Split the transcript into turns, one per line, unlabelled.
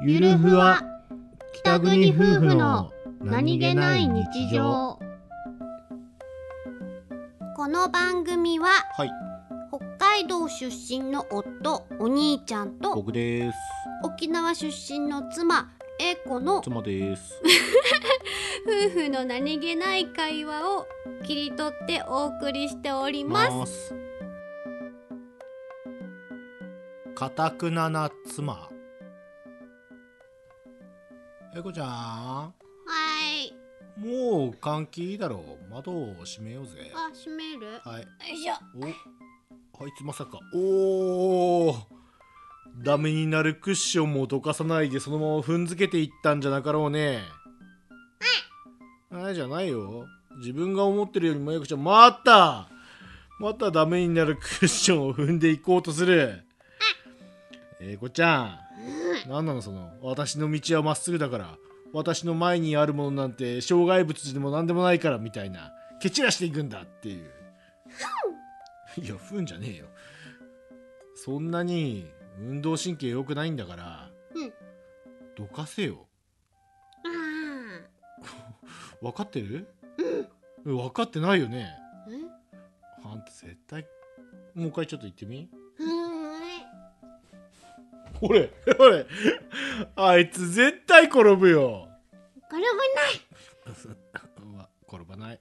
ゆるふわ北国夫婦の
この番組は
はい
北海道出身の夫お兄ちゃんと
僕です
沖縄出身の妻英子の夫
妻です
婦の何気ない会話を切り取ってお送りしております
すかたくなな妻えこちゃ
は
ん
い
もう換気いいだろう窓を閉めようぜ
あ閉めるよ
はい
いしょ
おあいつまさかおおダメになるクッションもどかさないでそのまま踏んづけていったんじゃなかろうねはいじゃないよ自分が思ってるよりもやこちゃんまたまたダメになるクッションを踏んでいこうとするえいこちゃん何なのその私の道はまっすぐだから私の前にあるものなんて障害物でも何でもないからみたいな蹴散らしていくんだっていう いや、ふんじゃねえよ。そんなに運動神経良くないんだから、
うん
どかせよ。
あ
分かってる分かってないよね。
ーん
あんた絶対、もう一回ちょっと言ってみ。
うーん
ほれ、ほれ、あいつ絶対転ぶよ。
これもない
わ転ばない。